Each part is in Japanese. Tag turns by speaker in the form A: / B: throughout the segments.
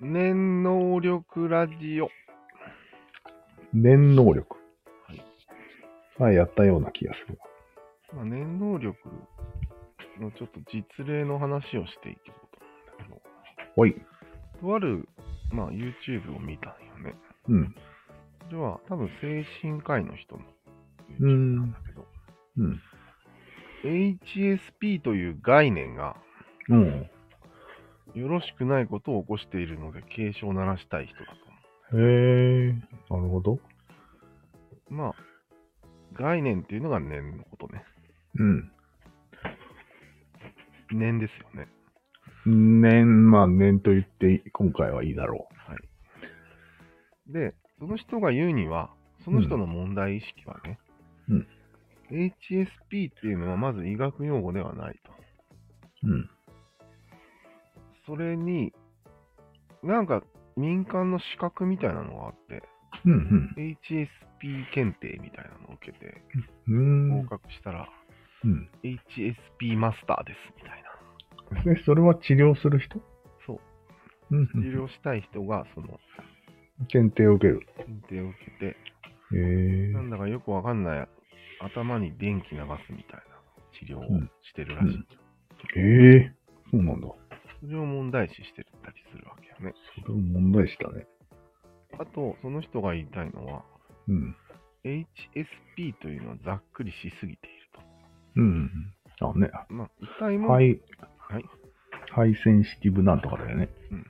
A: 念能力ラジオ。
B: 念能力。
A: は
B: はいい。前やったような気がする。
A: まあ、念能力のちょっと実例の話をしていこうと思うんだ
B: おい。
A: けど、とある、まあ、YouTube を見たんよね。
B: うん。
A: それは多分精神科医の人の
B: う
A: YouTube
B: ん
A: なんだけど、
B: うん。
A: HSP という概念が
B: うん。
A: よろしくないことを起こしているので警鐘を鳴らしたい人だと思
B: へえ。なるほど。
A: う。まあ、概念っていうのが念のことね。
B: うん。
A: 念ですよね。
B: 念、まあ念と言って今回はいいだろ
A: で、その人が言うには、その人の問題意識はね、
B: うん
A: HSP っていうのはまず医学用語ではないと。
B: う。うん。
A: それに、なんか民間の資格みたいなのがあって、
B: うん、
A: HSP 検定みたいなのを受けて、
B: うん。
A: 合
B: う
A: 格したら、
B: ーん。うん。
A: HSP マスターですみたいな。
B: え、それは治療する人
A: そう。
B: うんう
A: 治
B: ん。
A: 療したい人がその
B: 検定を受ける。
A: 検定を受けて、
B: へえ
A: なんだかよくわかんない頭に電気流すみたいな治療をしてるらしい。
B: うんええそうなんだ。
A: それを問題視してたりするわけよね。
B: それは問題したね。
A: あと、その人が言いたいのは、
B: うん。
A: HSP というのはざっくりしすぎている
B: うん。あ、ね。
A: と。まあ、歌い文句、
B: ハイ、
A: はい
B: ハイセンシティブなんとかだよね。
A: うん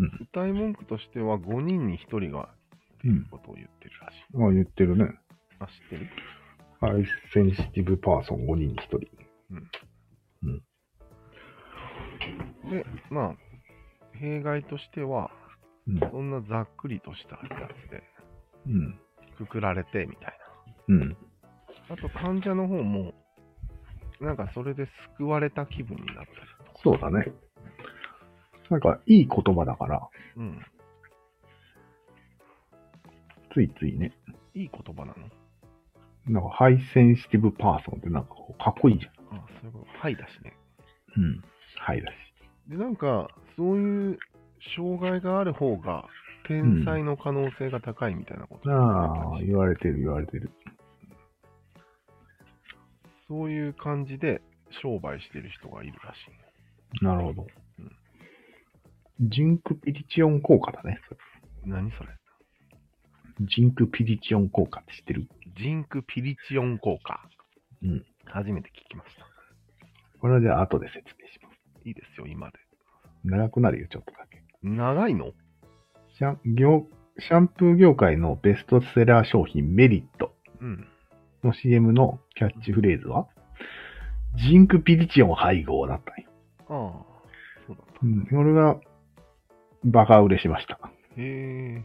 B: うん
A: 歌い文句としては5人に1人がっていうことを言ってるらしい。
B: まあ言ってるね。
A: あ、知ってる
B: ハイセンシティブパーソン5人に1人。
A: で、まあ、弊害としては、
B: うん。
A: そんなざっくりとしたやつで、
B: うん。
A: くくられてみたい
B: うん。
A: な。あと、患者の方も、なんかそれで救われた気分になったりとか。
B: そうだね。なんか、いい言葉だから、
A: うん。
B: ついついね、
A: いい言葉なの
B: なんか、ハイセンシティブパーソンってなんかこう、かっこいいじゃん。
A: あそういうこと。はいだしね。
B: うん。はいだし。
A: で、なんか、そういう障害がある方が、天才の可能性が高いみたいなこと、
B: ああ、言われてる言われてる。
A: そういう感じで商売してる人がいるらしい。
B: なるほど。ジンクピリチオン効果だね。
A: 何それ
B: ジンクピリチオン効果って知ってる
A: ジンクピリチオン効果。
B: うん。
A: 初めて聞きました。
B: これはじゃあ後で説明します。
A: いいですよ、今で。
B: 長くなるよ、ちょっとだけ。
A: 長いの
B: シャン業シャンプー業界のベストセラー商品メリット
A: うん。
B: の CM のキャッチフレーズは、ジンクピリチオン配合だったんよ。
A: ああ、そうだった。
B: うん、俺がバカ売れしました。
A: へえ。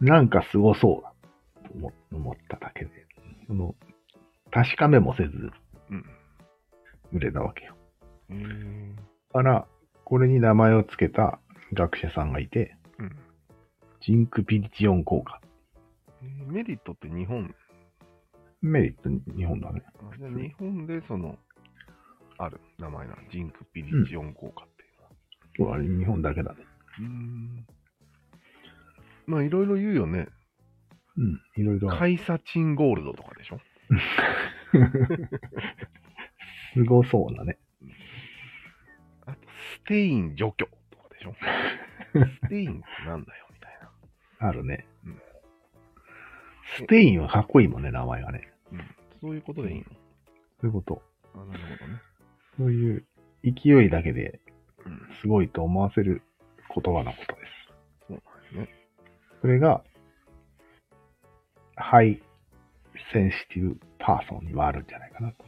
B: なんかすごそうだと思思っただけで、その確かめもせず
A: うん。
B: 売れたわけよ。
A: へえ。
B: だから、これに名前をつけた学者さんがいて、
A: うん。
B: ジンクピリチオン効果。
A: えーメリットって日本、
B: メリット日本だね。
A: あじゃあ日本でその、ある名前なの、ジンクピリチオン効果っていうのは。
B: あれ日本だけだね。
A: うーん。まあいろいろ言うよね。
B: うん。いろいろある。
A: カイサチンゴールドとかでしょ
B: すごそうだね。
A: あと、ステイン除去とかでしょステインってなんだよみたいな。
B: あるね
A: うん。
B: スペインはかっこいいもんね、名前がね。
A: うん。そういうことでいいの
B: そういうこと。
A: あ、なるほどね。
B: そういう勢いだけで
A: うん。
B: すごいと思わせる言葉のことです。
A: そうなんですね。
B: それが、ハイセンシティブパーソンにはあるんじゃないかなと。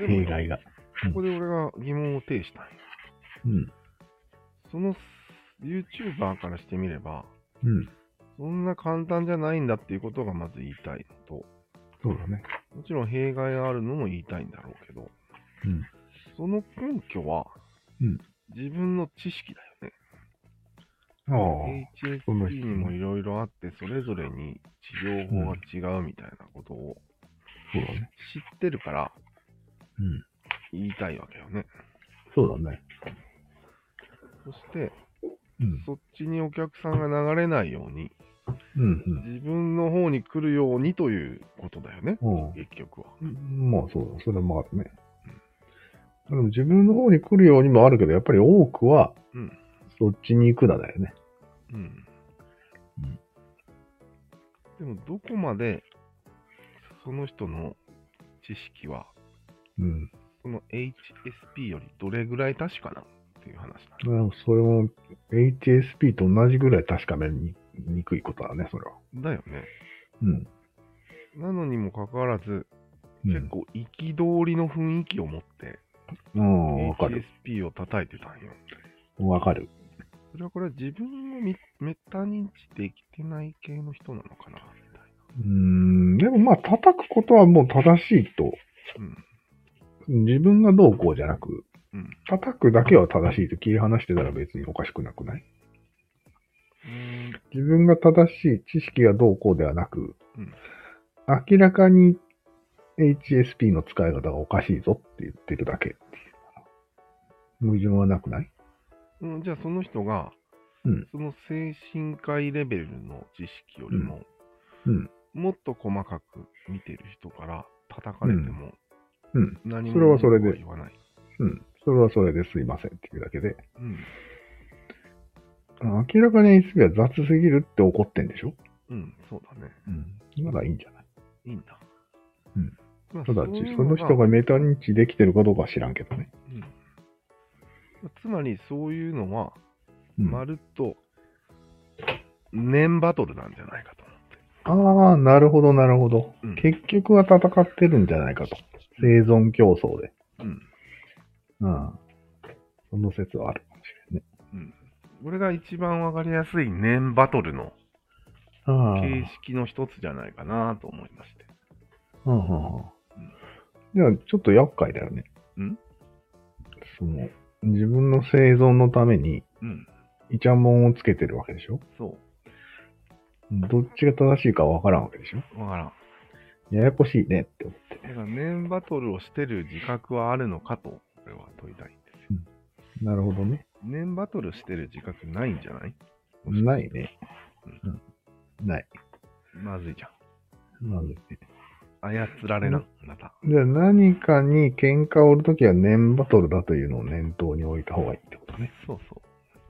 A: でも
B: 弊害が。
A: ここで俺が疑問を呈したんよ
B: うん。
A: その YouTuber からしてみれば、
B: うん。
A: そんな簡単じゃないんだっていうことがまず言いたいのと、
B: そうだね。
A: もちろん弊害があるのも言いたいんだろうけど、
B: うん
A: その根拠は、
B: うん
A: 自分の知識だよね。
B: ああ。その
A: HSP にもいろいろあって、それぞれに治療法が違うみたいなことを
B: そうだね。
A: 知ってるから
B: うん。
A: 言いたいわけよね。
B: そうだね。
A: そして、
B: うん。
A: そっちにお客さんが流れないように、
B: うん。
A: 自分の方に来るようにということだよね、
B: うん。
A: 結局は。
B: うん。まあそうだ。それもあるね。でも自分の方に来るようにもあるけど、やっぱり多くは
A: うん、
B: そっちに行くなだよね。
A: うん
B: うん。
A: でも、どこまで、その人の知識は、
B: うん。
A: その HSP よりどれぐらい確かなっていう話なんだ
B: でもそれも HSP と同じぐらい確かめににくいことだね、それは。
A: だよね。
B: うん。
A: なのにもかかわらず、
B: うん
A: 結構憤りの雰囲気を持って、
B: うん、わかる。
A: HSP を叩いてたんよ。
B: わかる。
A: それはこれは自分をみメタ認知できてない系の人なのかなみたいう
B: ーん、でもまあ叩くことはもう正しいと。
A: な。うん。
B: 自分がどうこうじゃなく、
A: うん。
B: 叩くだけは正しいと切り離してたら別におかしくなくないう
A: ーん
B: 自分が正しい知識がどうこうではなく、
A: うん
B: 明らかに HSP の使い方がおかしいぞって言ってるだけっていう矛盾はなくない
A: うん、じゃあその人が、
B: うん
A: その精神科医レベルの知識よりも、
B: うん
A: もっと細かく見てる人から叩かれても、
B: うん。
A: 何も
B: それはそれで
A: 言わない。
B: うん。それはそれですいませんっていうだけで。
A: うん。
B: 明らかに HSP は雑すぎるって怒ってんでしょ
A: うん、そうだね。
B: うん。ならいいんじゃない
A: いいんだ。
B: うん
A: まあ。
B: ただ、
A: ういう
B: その人がメタ認知できてるかどうかは知らんけどね。
A: うんつまりそういうのは、
B: うん
A: まるっと、念バトルなんじゃないかと思って。
B: ああ、なるほど、なるほど、
A: うん
B: 結局は戦ってるんじゃないかと。生存競争で。
A: うん。
B: うん。その説はあるかもしれ
A: これが一番わかりやすい念バトルの
B: ないね。
A: 形式の一つじゃないかなと思いまして。
B: ああ。うんうんうん。じゃあ、ちょっと厄介だよね。
A: うん
B: その、自分の生存のために、
A: うん。
B: イチャモンをつけてるわけでしょ
A: そ
B: どっちが正しいかわからんわけでしょ
A: う。わからん。
B: ややこしいねって思って。
A: だから念バトルをしてる自覚はあるのかと、これは問いたいんですよ。
B: なるほどね。
A: 念バトルしてる自覚ないんじゃない
B: ないね。うん。ない。
A: まずいじゃん。
B: なんでね。
A: 操られな、あなた。
B: じゃあ何かに喧嘩を売るときは念バトルだというのを念頭に置いた方がいいってことね。
A: そうそ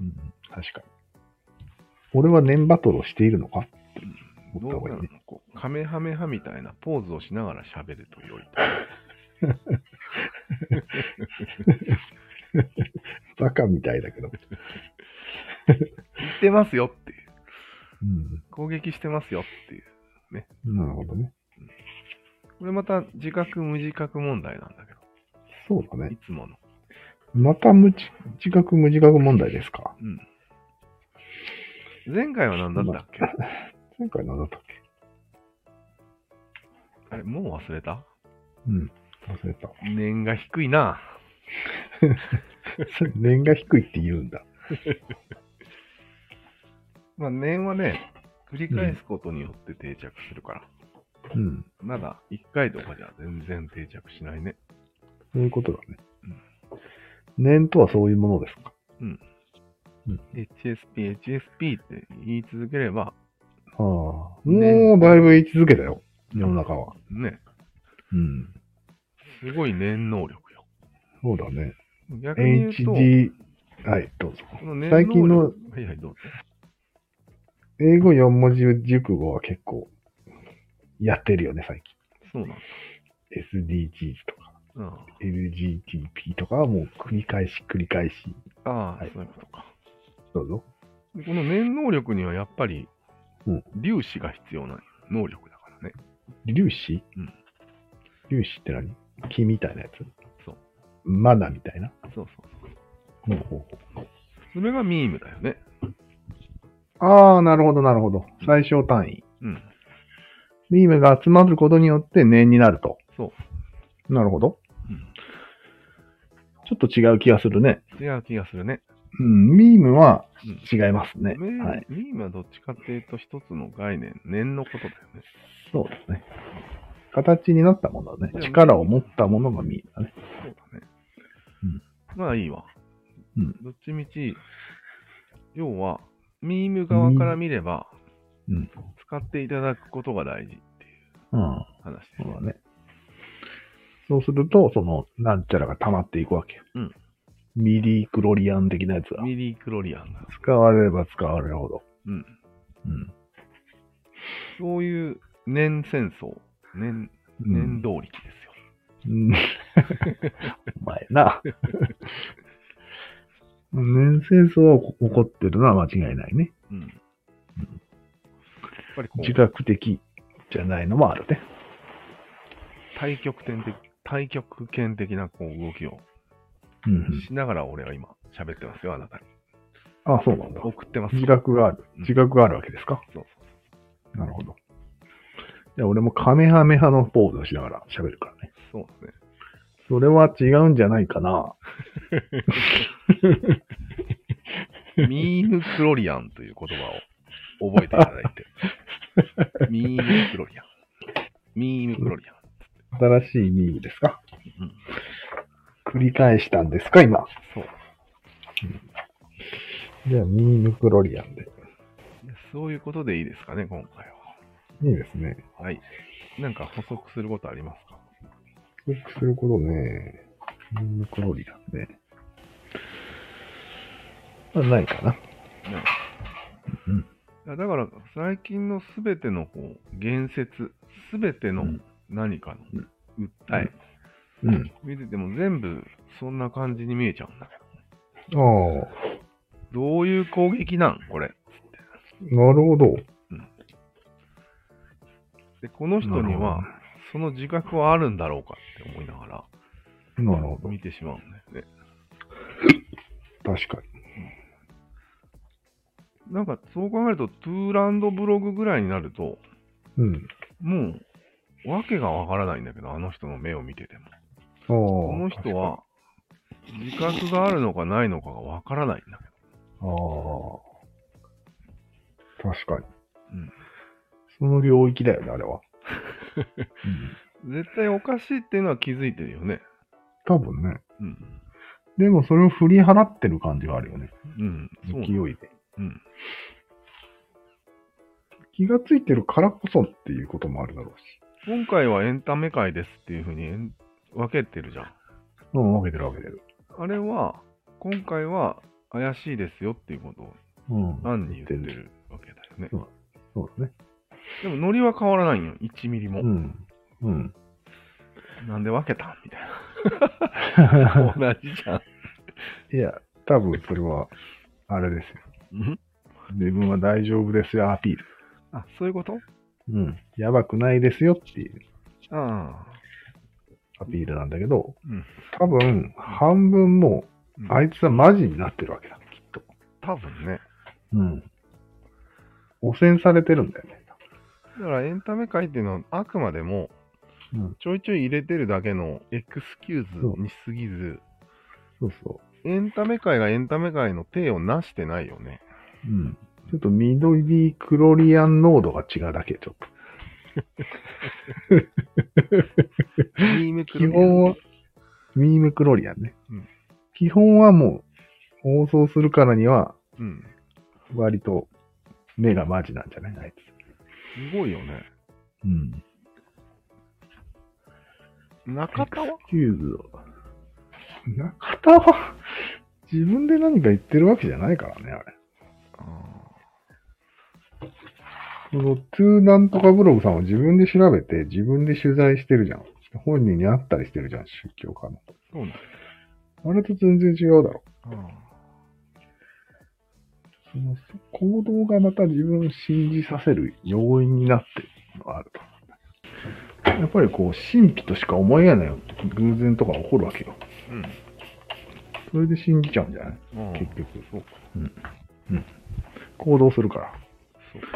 B: うん、確かに。俺は念バトルをしているのかって
A: う。ど
B: 思った
A: う
B: 方
A: な
B: が
A: の
B: いいね。
A: こうカメハメハみたいなポーズをしながら喋ると良いと。
B: バカみたいだけど。
A: 言ってますよっていう。
B: うん。
A: 攻撃してますよっていう。
B: なるほどね。
A: これまた自覚無自覚問題なんだけ
B: そうだ
A: ど。
B: ね
A: い。つもの。
B: また無知自覚無自覚問題ですか。
A: うん。前回は何だったっけ、
B: 前回何だったっけ
A: あれ、もう忘れた
B: うん。忘れた。
A: 念が低いな。
B: それ念が低いって言うんだ。
A: まあ念はね、繰り返すことによって定着するから。
B: うん。
A: まだ一回とかじゃ全然定着しないね。
B: そういうことだね。念とはそういうものですか。
A: HSP、HSP って言い続ければ、
B: ああ。もうだいぶ言い続けたよ。世の中は。
A: ね、
B: うん。
A: すごい念能力よ。
B: そうだね。
A: 逆に言うと、
B: HD、はい、どうぞ。
A: この念能力
B: 最近の
A: はいはい、どうぞ。
B: 英語4文字熟語は結構やってるよね、最
A: そうなんだ。
B: 近。SDGs とか、
A: うん、あ
B: LGTP とかはもう繰り返し繰り返し。
A: あ、
B: はい
A: そういうことか。
B: どうぞ。
A: でこの念能力にはやっぱり
B: うん、
A: 粒子が必要な能力だからね。
B: 粒子、
A: うん
B: 粒子って何木みたいなやつ
A: そう。
B: マナみたいな。
A: そうそうそう。
B: ほうほうほう
A: それがミームだよね。
B: ああ、なるほど、なるほど。最小単位。
A: うん。
B: ミームが集まることによって年になると。。
A: そう
B: なるほど。
A: うん
B: ちょっと違う気がするね。
A: 違う気がするね。
B: うん、ミームは
A: うん
B: 違いますね。
A: メー
B: はい。
A: ミームはどっちかっていうと一つの概念、念のことだよね。
B: そうですね。形になったものだね
A: で。も
B: 力を持ったものがミームだね。
A: そうだね。
B: うん
A: まあいいわ。
B: うん
A: どっちみち、要は、ミーム側から見れば、
B: うん。
A: 使っていただくことが大事っていう
B: うん。
A: 話です
B: そう
A: ね
B: だ。ね。そうすると、その、なんちゃらが溜まっていくわけよ。
A: うん。
B: ミリクロリアン的なやつが。
A: ミリクロリアンが。
B: 使われれば使われるほど。
A: うん。
B: うん。
A: そういう年戦争、年、
B: うん
A: 年動力ですよ。
B: うん。 お前な。年戦争は起こってるのは間違いないね。
A: うん。やっぱりこ
B: 自
A: う、
B: 覚的じゃないのもあるね。
A: 対極点的、対極拳的なこう動きを
B: うんうん。
A: しながら俺は今喋ってますよ、あなたに。
B: あ、そうなんだ。
A: 送ってます。
B: 自覚がある。
A: うん
B: 自覚があるわけですか。
A: そう
B: なるほど。じゃあ俺もカメハメ派のポーズをしながら喋るからね。
A: そう。そうですね。
B: それは違うんじゃないかな。
A: ミーヌクロリアンという言葉を覚えていただいて。 ミーヌクロリアン。ミーヌクロリアン。
B: 新しいミームですか
A: うん
B: 繰り返したんですか今。
A: そう
B: じゃあ、ミームクロリアンで。
A: いや。そういうことでいいですかね、今回は。
B: いいですね。
A: はい。なんか補足することありますか
B: クリックすることね。ミームクロリアンね。あないかな。
A: ね
B: うん
A: いやだから最近のすべてのこう言説、すべての
B: うん
A: 何かの訴え、
B: うん。
A: 見てても全部そんな感じに見えちゃうんだけ
B: ああ、
A: ど。どういう攻撃なんこれ。
B: なるほど。
A: で、この人には
B: なる
A: その自覚はあるんだろうかって思いながら
B: なるほど。
A: 見てしまうんだよね。
B: 確か
A: なんかそう考えると、トゥーランドブログぐらいになると、
B: に。うん。
A: もう、わけがわからないんだけど、あの人の目を見てても。
B: ああ。こ
A: この人。は、自覚があるのかないのかがわからないんだけど。
B: ああ。確かに。
A: うん
B: その領域だよね、あれは。
A: 絶対おかしいっていうのは気づいてるよね。
B: 多分ね。
A: うん。
B: でもそれを振り払ってる感じがあるよね。
A: うん。そう
B: 勢
A: ないの。
B: で。
A: うん。
B: 気がついてるからこそっていうこともあるだろうし。
A: 今回はエンタメ界ですっていうふうにえん分けてるじゃん。
B: うん、分けてる分けてる。
A: あれは、今回は怪しいですよっていうことを
B: うん。
A: 暗に言ってるわけだよね
B: う。んそうだね。
A: でもノリは変わらないよ。1ミリも。
B: うん。うん。
A: なんで分けたみたいな。同じじゃん。
B: いや、多分それは、あれですよ。
A: うん
B: 自分は大丈夫ですよ、アピール。
A: あ、そういうこと
B: うん。やばくないですよっていう
A: ああ。
B: アピールなんだけど、
A: うん
B: 多分、半分も
A: う
B: う、
A: ん
B: あいつはマジになってるわけだ、きっと。
A: 多分ね。
B: うん。汚染されてるんだよね。
A: だからエンタメ界っていうのはあくまでも
B: うん
A: ちょいちょい入れてるだけのエクスキューズに過ぎず、
B: そうそ
A: エンタメ界がエンタメ界の体をなしてないよね。
B: う。うん。ちょっと緑クロリアン濃度が違うだけ、ちょっと。
A: ミームク
B: 基
A: ロリアン
B: 本は、ミームクロリアンね。
A: うん
B: 基本はもう、放送するからには、
A: うん。
B: 割と、目がマジなんじゃないあいつ。
A: すごいよね。
B: うん。
A: 中田は
B: キューズを。中田は、自分で何か言ってるわけじゃないからね、あれ。
A: あ
B: その、トゥーなんとかブログさんは自分で調べて、自分で取材してるじゃん。本人に会ったりしてるじゃん、宗教家の。
A: ーそうなん
B: あれと全然違うだろ。
A: あ
B: その行動がまた自分を信じさせる要因になってるのがあると。やっぱりこう、神秘としか思えないよって偶然とか起こるわけよ。
A: ーうん
B: それで信じちゃうんじゃない
A: あー。
B: 結局。
A: そうか。
B: 行動するから。
A: そうか。